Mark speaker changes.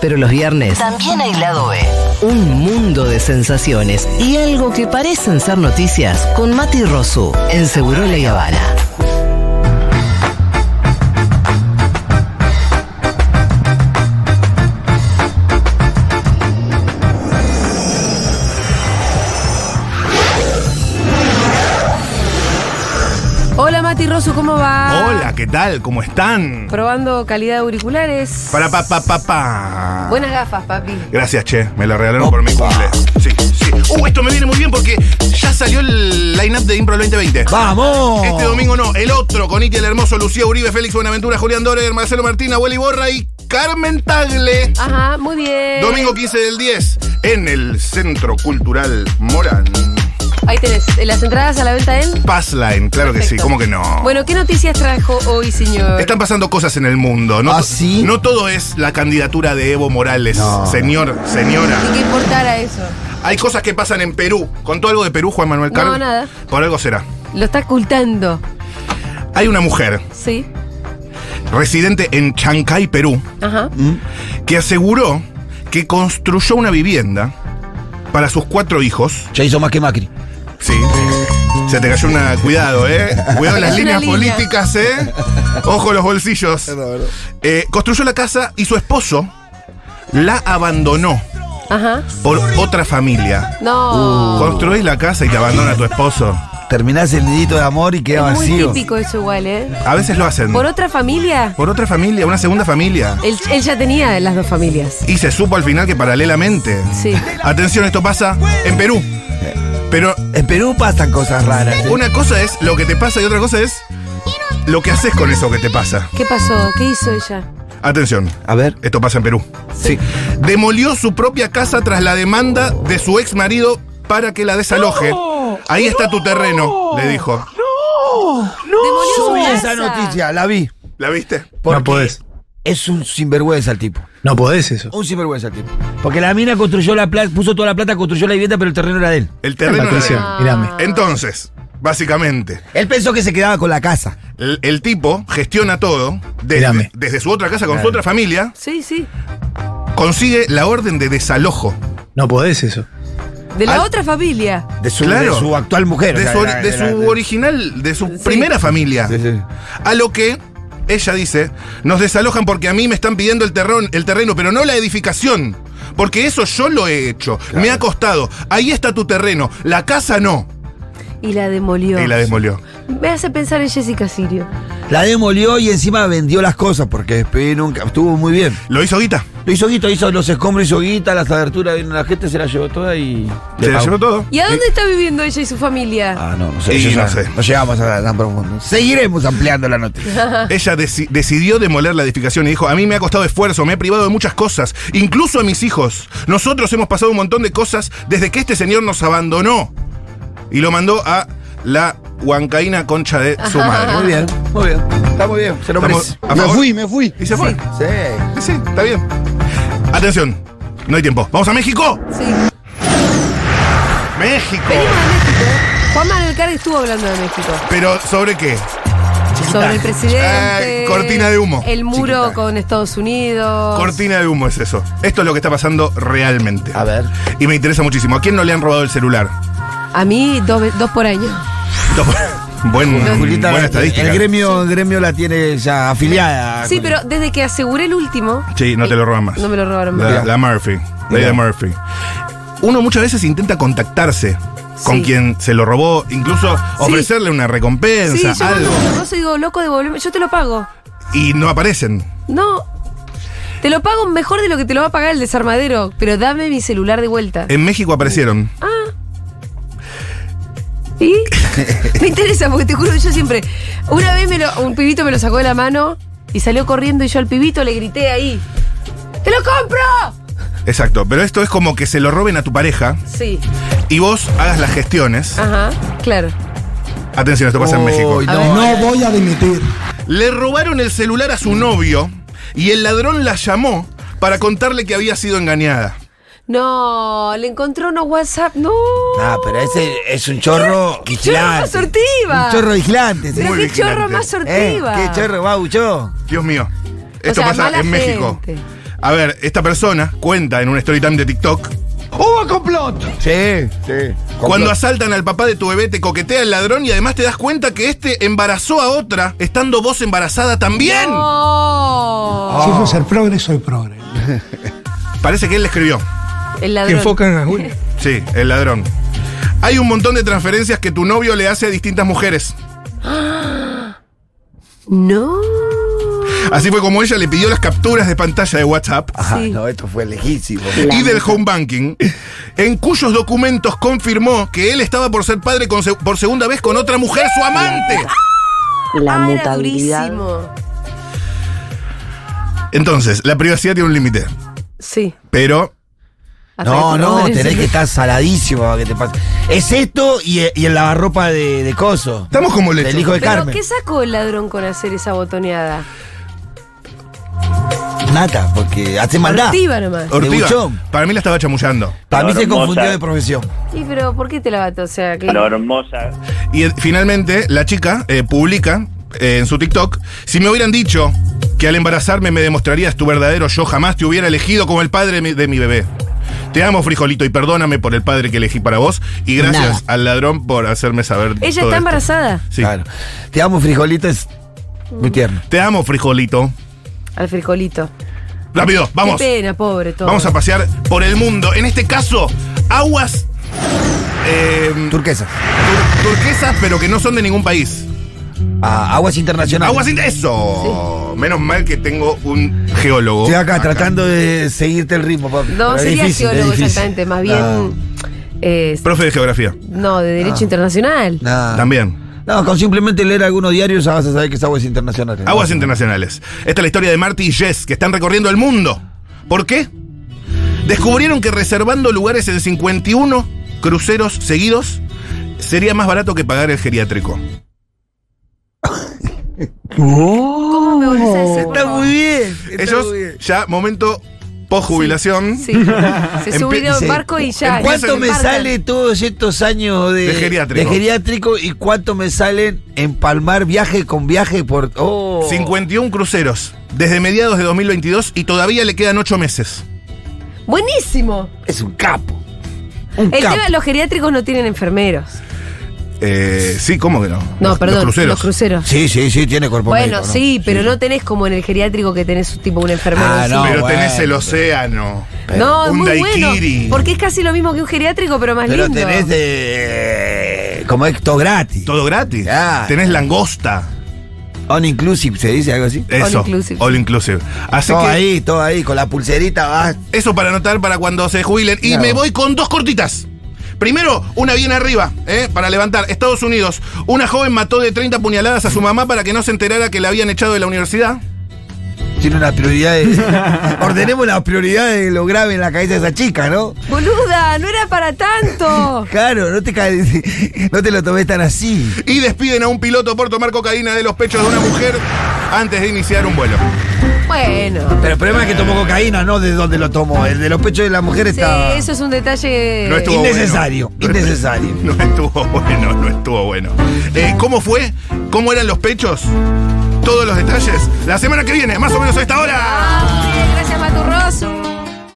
Speaker 1: Pero los viernes
Speaker 2: También hay lado B.
Speaker 1: un mundo de sensaciones y algo que parecen ser noticias con Mati Rosu en Segurola y Habana.
Speaker 3: Hola Mati Rosu, ¿cómo va?
Speaker 4: Hola, ¿qué tal? ¿Cómo están?
Speaker 3: Probando calidad de auriculares.
Speaker 4: Para pa pa pa pa.
Speaker 3: Buenas gafas, papi.
Speaker 4: Gracias, che. Me la regalaron por mi cumple. Sí, sí. Uh, esto me viene muy bien porque ya salió el line-up de Impro 2020.
Speaker 5: ¡Vamos!
Speaker 4: Este domingo no, el otro con Iti el Hermoso, Lucía Uribe, Félix Buenaventura, Julián Dorer, Marcelo Martín, Abueli Borra y Carmen Tagle.
Speaker 3: Ajá, muy bien.
Speaker 4: Domingo 15 del 10 en el Centro Cultural Morán.
Speaker 3: Ahí tenés eh, las entradas a la venta en.
Speaker 4: Passline, claro que sí,
Speaker 3: Perfecto.
Speaker 4: ¿cómo que no?
Speaker 3: Bueno, ¿qué noticias trajo hoy, señor?
Speaker 4: Están pasando cosas en el mundo, ¿no?
Speaker 5: ¿Ah, sí?
Speaker 4: No todo es la candidatura de Evo Morales,
Speaker 5: No.
Speaker 4: señor, señora.
Speaker 3: ¿Y qué importara eso?
Speaker 4: Hay cosas que pasan en Perú. ¿Contó algo de Perú, Juan Manuel
Speaker 3: No,
Speaker 4: Carl?
Speaker 3: nada.
Speaker 4: Por algo será.
Speaker 3: Lo está ocultando.
Speaker 4: Hay una mujer
Speaker 3: Sí.
Speaker 4: residente en Chancay, Perú,
Speaker 3: Ajá.
Speaker 4: que aseguró que construyó una vivienda para sus cuatro hijos.
Speaker 5: Ya hizo más que Macri.
Speaker 4: Sí. Se te cayó una. Cuidado, ¿eh? Cuidado las
Speaker 3: Es una
Speaker 4: líneas
Speaker 3: línea.
Speaker 4: políticas, ¿eh? Ojo los bolsillos. Eh, construyó la casa y su esposo la abandonó
Speaker 3: Ajá.
Speaker 4: por otra familia.
Speaker 3: No.
Speaker 4: Construís la casa y te abandona tu esposo.
Speaker 5: Terminás el nidito de amor y
Speaker 3: es
Speaker 5: queda
Speaker 3: muy
Speaker 5: vacío.
Speaker 3: típico eso igual, ¿eh?
Speaker 4: A veces lo hacen.
Speaker 3: Por otra familia.
Speaker 4: Por otra familia, una segunda familia.
Speaker 3: Él, él ya tenía las dos familias.
Speaker 4: Y se supo al final que paralelamente.
Speaker 3: Sí.
Speaker 4: Atención, esto pasa en Perú. Pero
Speaker 5: En Perú pasan cosas raras. ¿eh?
Speaker 4: una cosa es lo que te pasa y otra cosa es lo que haces con eso que te pasa.
Speaker 3: ¿Qué pasó? ¿Qué hizo ella?
Speaker 4: Atención,
Speaker 5: A ver.
Speaker 4: esto pasa en Perú.
Speaker 5: Sí.
Speaker 4: Demolió su propia casa tras la demanda de su ex marido para que la desaloje. Ahí está tu terreno, le dijo.
Speaker 3: Demolió su
Speaker 5: Yo vi
Speaker 3: casa.
Speaker 5: esa noticia, la vi.
Speaker 4: ¿La viste?
Speaker 5: Porque
Speaker 6: No podés.
Speaker 5: Es un sinvergüenza el tipo.
Speaker 6: No podés eso.
Speaker 5: Un sinvergüenza el tipo. Porque la mina construyó la plata, puso toda la plata, construyó la vivienda, pero el terreno era de él.
Speaker 4: El terreno. era de él.
Speaker 3: Ah.
Speaker 6: Patricia, mírame.
Speaker 4: Entonces, básicamente,
Speaker 5: Él pensó que se quedaba con la casa.
Speaker 4: el, el tipo gestiona todo desde,
Speaker 6: Mírame.
Speaker 4: desde su otra casa con su otra familia.
Speaker 3: Sí, sí.
Speaker 4: consigue la orden de desalojo
Speaker 6: No podés eso.
Speaker 3: De la
Speaker 4: Al-
Speaker 3: otra familia.
Speaker 5: De su,
Speaker 4: Claro.
Speaker 5: de su actual mujer. o
Speaker 4: de
Speaker 5: sea,
Speaker 4: su,
Speaker 5: la-
Speaker 4: ori- de
Speaker 5: la-
Speaker 4: su
Speaker 5: de-
Speaker 4: original, de su
Speaker 3: Sí.
Speaker 4: primera familia.
Speaker 5: Sí, sí.
Speaker 4: A lo que ella dice, nos desalojan porque a mí me están pidiendo el, terrón, el terreno, pero no la edificación. Porque eso yo lo he hecho. Me ha costado. Ahí está tu terreno. La casa no.
Speaker 3: Y la demolió.
Speaker 4: Y la desmolió.
Speaker 3: Me hace pensar en Jessica Sirio.
Speaker 5: La demolió y encima vendió las cosas porque después nunca estuvo muy bien.
Speaker 4: Lo hizo Guita.
Speaker 5: Lo hizo Guito, hizo los escombros, hizo Guita, las aberturas, vino la gente, se la llevó toda y.
Speaker 4: Se
Speaker 5: le
Speaker 4: la
Speaker 5: pagó.
Speaker 4: llevó todo.
Speaker 3: ¿Y a dónde está viviendo ella y su familia?
Speaker 5: Ah, no, no sé.
Speaker 4: Y
Speaker 5: yo
Speaker 4: no
Speaker 5: ya-
Speaker 4: sé.
Speaker 5: No llegamos a tan profundo. Seguiremos ampliando la noticia.
Speaker 4: Ella deci- decidió demoler la edificación y dijo, a mí me ha costado esfuerzo, me he privado de muchas cosas, incluso a mis hijos. Nosotros hemos pasado un montón de cosas desde que este señor nos abandonó. Y lo mandó a la huancaína concha de su
Speaker 5: Muy
Speaker 4: madre.
Speaker 5: bien, muy bien. Está muy bien. Se lo
Speaker 4: Estamos
Speaker 5: merece.
Speaker 4: a favor.
Speaker 6: me fui.
Speaker 4: Y se fue.
Speaker 3: Sí.
Speaker 5: Sí.
Speaker 4: Sí, está bien. Atención, no hay tiempo. ¡Vamos a México!
Speaker 3: Sí.
Speaker 4: ¡México!
Speaker 3: Venimos de México. Juan Manuel Carr estuvo hablando de México.
Speaker 4: Pero, ¿sobre qué?
Speaker 3: Sobre el presidente.
Speaker 4: Eh, cortina de humo.
Speaker 3: El muro
Speaker 5: Chiquita.
Speaker 3: con Estados Unidos.
Speaker 4: Cortina de humo es eso. Esto es lo que está pasando realmente.
Speaker 5: A ver.
Speaker 4: Y me interesa muchísimo. ¿A quién no le han robado el celular?
Speaker 3: A mí, dos, ve- dos por año.
Speaker 4: Buen,
Speaker 5: Julieta,
Speaker 4: Mm, buena
Speaker 5: el
Speaker 4: estadística.
Speaker 5: gremio, el gremio la tiene ya
Speaker 4: Ah,
Speaker 5: afiliada.
Speaker 3: Sí, pero desde que aseguré el último.
Speaker 4: Sí, no te lo roban más.
Speaker 3: No me lo robaron más.
Speaker 4: La, la Murphy. La idea
Speaker 5: Mira.
Speaker 4: Murphy. Uno muchas veces intenta contactarse con
Speaker 3: Sí.
Speaker 4: quien se lo robó, incluso ofrecerle una
Speaker 3: Sí, yo
Speaker 4: recompensa,
Speaker 3: cuando
Speaker 4: algo.
Speaker 3: me gozo digo, loco, devolveme. Yo te lo pago.
Speaker 4: Y no aparecen.
Speaker 3: No. Te lo pago mejor de lo que te lo va a pagar el desarmadero. Pero dame mi celular de vuelta.
Speaker 4: En México aparecieron.
Speaker 3: Ah. ¿Y? Me interesa porque te juro que yo siempre. Una vez me lo- un pibito me lo sacó de la mano y salió corriendo y yo al pibito le grité ahí. ¡Te lo compro!
Speaker 4: Exacto. Pero esto es como que se lo roben a tu pareja
Speaker 3: Sí.
Speaker 4: y vos hagas las gestiones.
Speaker 3: Ajá, claro.
Speaker 4: Atención, esto pasa en México.
Speaker 5: Uy,
Speaker 3: A ver.
Speaker 5: no, no voy a dimitir.
Speaker 4: Le robaron el celular a su novio y el ladrón la llamó para contarle que había sido engañada.
Speaker 3: No, le encontró unos WhatsApp. No.
Speaker 5: Ah, pero ese es un chorro
Speaker 3: ¡Qué chorro
Speaker 5: vigilante.
Speaker 3: más sortiva!
Speaker 5: Un chorro vigilante. sí.
Speaker 3: Pero
Speaker 4: muy
Speaker 3: qué
Speaker 4: vigilante.
Speaker 3: chorro más
Speaker 5: Eh,
Speaker 3: sortiva.
Speaker 5: qué chorro, Baucho.
Speaker 4: Dios mío. Esto
Speaker 3: sea,
Speaker 4: pasa
Speaker 3: mala
Speaker 4: en México.
Speaker 3: gente.
Speaker 4: A ver, esta persona cuenta en un story time de TikTok.
Speaker 2: ¡Hubo complot!
Speaker 6: Sí, sí.
Speaker 4: Cuando asaltan al papá de tu bebé, te coquetea el ladrón y además te das cuenta que este embarazó a otra, estando vos embarazada también.
Speaker 5: Oh.
Speaker 3: ¡No!
Speaker 2: Si yo ser progre, soy progre.
Speaker 4: Parece que él le escribió.
Speaker 3: El
Speaker 6: Que
Speaker 3: ladrón.
Speaker 6: enfocan a Juli.
Speaker 4: Sí, el ladrón. Hay un montón de transferencias que tu novio le hace a distintas mujeres.
Speaker 3: No.
Speaker 4: Así fue como ella le pidió las capturas de pantalla de WhatsApp
Speaker 6: Ajá,
Speaker 3: Sí.
Speaker 6: no, esto fue lejísimo.
Speaker 4: y del home banking, en cuyos documentos confirmó que él estaba por ser padre con se- por segunda vez con otra mujer, su amante.
Speaker 7: la
Speaker 3: Ah, era
Speaker 7: mutabilidad.
Speaker 3: durísimo.
Speaker 4: Entonces, la privacidad tiene un límite,
Speaker 3: Sí.
Speaker 4: pero
Speaker 3: Hasta
Speaker 5: No,
Speaker 3: que te
Speaker 5: no,
Speaker 3: nombren,
Speaker 5: tenés
Speaker 3: sí.
Speaker 5: que estar saladísimo para que te pase. Es esto y, y el lavarropa de, de coso.
Speaker 4: estamos como el
Speaker 5: Del hijo de
Speaker 3: ¿Pero
Speaker 5: Carmen.
Speaker 3: qué sacó el ladrón con hacer esa botoneada?
Speaker 5: Nata, porque hace maldad.
Speaker 3: Activa nomás.
Speaker 5: de buchón.
Speaker 4: para mí la estaba chamullando.
Speaker 5: Para mí se
Speaker 8: Hermosa.
Speaker 5: confundió de profesión.
Speaker 3: Sí, pero ¿por qué te la bató? O sea, que...
Speaker 8: Lo hermosa.
Speaker 4: Y eh, finalmente, la chica eh, publica eh, en su TikTok, si me hubieran dicho que al embarazarme me demostrarías tu verdadero yo, jamás te hubiera elegido como el padre de mi, de mi bebé. Te amo, frijolito, y perdóname por el padre que elegí para vos. Y gracias
Speaker 6: Nada.
Speaker 4: al ladrón por hacerme saber. todo
Speaker 3: Ella
Speaker 4: esto".
Speaker 3: está embarazada.
Speaker 4: Sí.
Speaker 5: Claro. Te damos frijolitos. Muy tierno.
Speaker 4: Te amo, frijolito.
Speaker 3: Al frijolito.
Speaker 4: Rápido, vamos.
Speaker 3: Qué pena, pobre todo.
Speaker 4: Vamos a pasear por el mundo. En este caso, aguas eh, tur-
Speaker 5: Turquesa.
Speaker 4: turquesas, pero que no son de ningún país.
Speaker 5: Ah, aguas internacionales.
Speaker 4: Aguas sin eso. Menos mal que tengo un geólogo.
Speaker 5: Estoy acá, tratando de seguirte el ritmo, papi.
Speaker 3: No,
Speaker 5: Pero es
Speaker 3: sería
Speaker 5: difícil, es
Speaker 3: geólogo
Speaker 5: difícil.
Speaker 3: exactamente, más bien...
Speaker 5: No,
Speaker 3: eh,
Speaker 4: Profe de geografía.
Speaker 3: no, de Derecho Internacional.
Speaker 5: no.
Speaker 4: También.
Speaker 5: No, con simplemente leer algunos diarios ya vas a saber que es aguas internacionales.
Speaker 4: Aguas internacionales. Esta es la historia de Marty y Jess, que están recorriendo el mundo. ¿Por qué? Descubrieron que reservando lugares en 51 cruceros seguidos sería más barato que pagar el geriátrico.
Speaker 3: ¿Cómo me volvés a decir? por
Speaker 5: Está
Speaker 3: favor?
Speaker 5: muy bien. está
Speaker 4: Ellos
Speaker 5: muy bien.
Speaker 4: ya momento post jubilación.
Speaker 3: Sí. Se subió a
Speaker 5: Empe-
Speaker 3: un barco y ya.
Speaker 5: ¿En cuánto me
Speaker 3: embarcan.
Speaker 5: sale todos estos años de,
Speaker 4: De geriátrico.
Speaker 5: de geriátrico y cuánto me salen empalmar viaje con viaje por. Oh.
Speaker 4: 51 cruceros desde mediados de 2022 y todavía le quedan 8 meses.
Speaker 3: Buenísimo.
Speaker 5: Es un capo. Un
Speaker 3: El
Speaker 5: capo.
Speaker 3: tema, los geriátricos no tienen enfermeros.
Speaker 4: Eh, sí, ¿cómo que no?
Speaker 3: No,
Speaker 4: Los-
Speaker 3: perdón,
Speaker 4: Los cruceros.
Speaker 5: Sí, sí, sí, tiene cuerpo
Speaker 3: Bueno,
Speaker 5: médico, ¿no?
Speaker 3: sí, pero no tenés como en el geriátrico que tenés tipo un enfermero.
Speaker 5: Ah,
Speaker 3: encima.
Speaker 4: pero
Speaker 5: No,
Speaker 4: tenés
Speaker 5: bueno,
Speaker 4: el
Speaker 5: pero-
Speaker 4: océano.
Speaker 3: no, es
Speaker 4: un
Speaker 3: muy
Speaker 4: daiquiri.
Speaker 3: bueno. Porque es casi lo mismo que un geriátrico, pero más
Speaker 5: Pero
Speaker 3: lindo.
Speaker 5: tenés de. Como esto gratis.
Speaker 4: Todo gratis.
Speaker 5: Claro.
Speaker 4: Tenés langosta.
Speaker 5: On inclusive, se dice algo así.
Speaker 4: Eso.
Speaker 3: inclusive.
Speaker 4: All inclusive. Así
Speaker 5: todo
Speaker 4: que
Speaker 5: ahí, todo ahí, con la pulserita ah, vas.
Speaker 4: eso para anotar para cuando se jubilen. Y
Speaker 5: Claro.
Speaker 4: me voy con dos cortitas. Primero, una bien arriba, ¿eh? para levantar. Estados Unidos. Una joven mató de 30 puñaladas a su mamá para que no se enterara que la habían echado de la universidad.
Speaker 5: Tiene unas prioridades. Ordenemos las prioridades de lo grave en la cabeza de esa chica, ¿no?
Speaker 3: Boluda, no era para tanto.
Speaker 5: Claro, no te, ca- no te lo tomes tan así.
Speaker 4: Y despiden a un piloto por tomar cocaína de los pechos de una mujer antes de iniciar un vuelo.
Speaker 3: bueno.
Speaker 5: Pero el problema es que tomó cocaína, no de dónde lo tomó. El de los pechos de la mujer
Speaker 3: Sí,
Speaker 5: está
Speaker 3: eso es un detalle.
Speaker 4: No estuvo
Speaker 5: innecesario,
Speaker 4: bueno.
Speaker 5: innecesario.
Speaker 4: No estuvo bueno, no estuvo bueno. Eh, ¿Cómo fue? ¿Cómo eran los pechos? Todos los detalles. La semana que viene, más o menos a esta hora.
Speaker 3: Ah, muy bien, gracias, Maturroso.